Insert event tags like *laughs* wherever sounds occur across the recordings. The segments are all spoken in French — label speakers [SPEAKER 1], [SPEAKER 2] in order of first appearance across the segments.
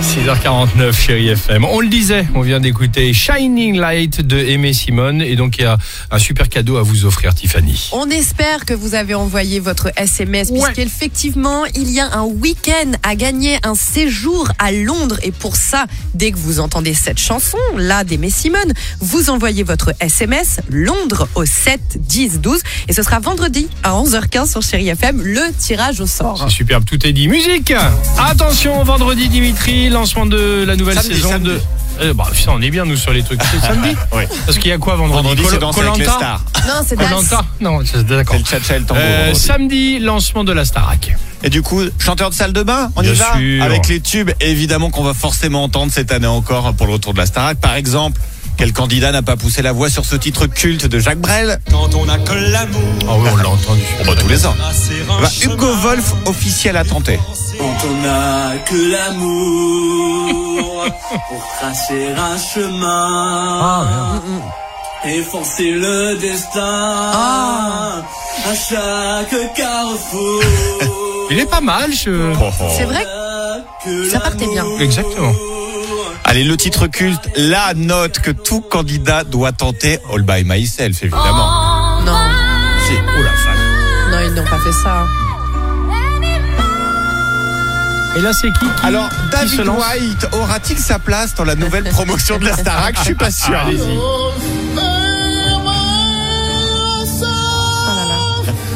[SPEAKER 1] 6h49, chérie FM. On le disait, on vient d'écouter Shining Light de Aimé Simone. Et donc, il y a un super cadeau à vous offrir, Tiffany.
[SPEAKER 2] On espère que vous avez envoyé votre SMS puisqu'effectivement, il y a un week-end à gagner, un séjour à Londres. Et pour ça, dès que vous entendez cette chanson, là, d'Aimé Simone, vous envoyez votre SMS Londres au 7 10 12 et ce sera vendredi à 11h15 sur Chéri FM, le tirage au sort.
[SPEAKER 1] C'est superbe, tout est dit. Musique Attention, vendredi, Dimitri, lancement de la nouvelle
[SPEAKER 3] Samedi,
[SPEAKER 1] saison
[SPEAKER 3] samedi.
[SPEAKER 1] de... Euh, bah, ça, on est bien, nous, sur les trucs. C'est samedi
[SPEAKER 3] *laughs* Oui.
[SPEAKER 1] Parce qu'il y a quoi vendredi
[SPEAKER 3] Vendredi,
[SPEAKER 1] Koh-
[SPEAKER 3] c'est danser avec les
[SPEAKER 1] Koh-Lanta
[SPEAKER 3] stars.
[SPEAKER 2] Non, c'est
[SPEAKER 1] Koh-Lanta Non, c'est- d'accord.
[SPEAKER 3] C'est le tcha-tcha et le tambour.
[SPEAKER 1] Euh,
[SPEAKER 3] vendredi.
[SPEAKER 1] samedi, lancement de la Starac.
[SPEAKER 3] Et du coup, chanteur de salle de bain, on
[SPEAKER 1] Bien
[SPEAKER 3] y va
[SPEAKER 1] sûr.
[SPEAKER 3] Avec les tubes, évidemment, qu'on va forcément entendre cette année encore pour le retour de la Starac. Par exemple, quel candidat n'a pas poussé la voix sur ce titre culte de Jacques Brel
[SPEAKER 4] Quand on a que l'amour,
[SPEAKER 1] Ah oui, on l'a entendu.
[SPEAKER 3] On va tous les ans.
[SPEAKER 4] à ses reins
[SPEAKER 3] Bah, Hugo Wolf, officiel à tenter.
[SPEAKER 4] Quand on a que l'amour pour tracer un
[SPEAKER 2] Ah,
[SPEAKER 4] chemin et forcer le destin à chaque carrefour.
[SPEAKER 1] Il est pas mal, je...
[SPEAKER 3] Oh, oh.
[SPEAKER 2] C'est vrai
[SPEAKER 4] Que
[SPEAKER 2] Ça partait bien.
[SPEAKER 4] l'amour
[SPEAKER 1] Exactement.
[SPEAKER 3] Allez, le titre culte, la note que tout candidat doit tenter, All by Myself, évidemment.
[SPEAKER 2] Non,
[SPEAKER 3] Si.
[SPEAKER 1] Oh la femme.
[SPEAKER 2] non, ils n'ont pas fait ça. hein.
[SPEAKER 1] Et là, c'est qui, qui-
[SPEAKER 3] Alors,
[SPEAKER 1] qui se
[SPEAKER 3] David
[SPEAKER 1] lance
[SPEAKER 3] White aura-t-il sa place dans
[SPEAKER 1] *laughs*
[SPEAKER 3] la nouvelle promotion de la Starac Je suis pas sûr.
[SPEAKER 1] Allez-y.
[SPEAKER 2] Oh là là.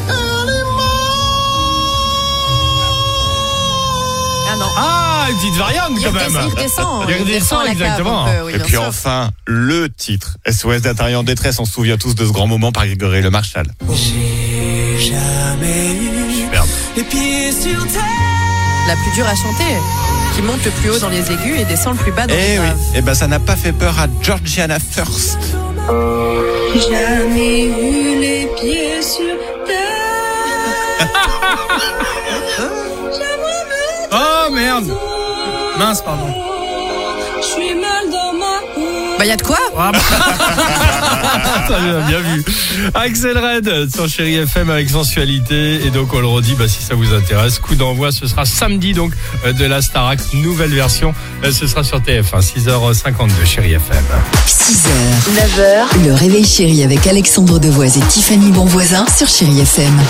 [SPEAKER 3] Ah
[SPEAKER 2] Ah non.
[SPEAKER 1] Ah, une petite variante
[SPEAKER 2] Il
[SPEAKER 1] quand
[SPEAKER 2] redescend,
[SPEAKER 1] même.
[SPEAKER 2] il redescend,
[SPEAKER 1] Il redescend,
[SPEAKER 2] à la cave euh,
[SPEAKER 1] exactement.
[SPEAKER 2] un peu, oui,
[SPEAKER 3] Et
[SPEAKER 2] bien
[SPEAKER 3] puis
[SPEAKER 2] sûr.
[SPEAKER 3] enfin, le titre. SOS d'Atari en détresse, on se souvient tous de ce grand moment par Grégory Le Marchal.
[SPEAKER 2] Oh
[SPEAKER 4] J'ai jamais eu
[SPEAKER 1] Superbe.
[SPEAKER 4] les pieds sur terre.
[SPEAKER 2] La plus dure à chanter, qui monte le plus haut dans les aigus et descend le plus bas dans les
[SPEAKER 3] Eh oui,
[SPEAKER 2] graves.
[SPEAKER 3] et ben ça n'a pas fait peur à Georgiana First.
[SPEAKER 5] Jamais eu les pieds sur terre.
[SPEAKER 1] Oh merde Mince, pardon.
[SPEAKER 5] Je suis mal dans ma peau.
[SPEAKER 2] Bah, y a de quoi
[SPEAKER 1] Ah, bien vu. Axel Red sur Chéri FM avec sensualité. Et donc, on le redit, bah, si ça vous intéresse, coup d'envoi, ce sera samedi donc euh, de la Starac, nouvelle version. Euh, Ce sera sur TF1, 6h52, Chéri FM.
[SPEAKER 6] 6h, 9h, le réveil chéri avec Alexandre Devoise et Tiffany Bonvoisin sur Chéri FM.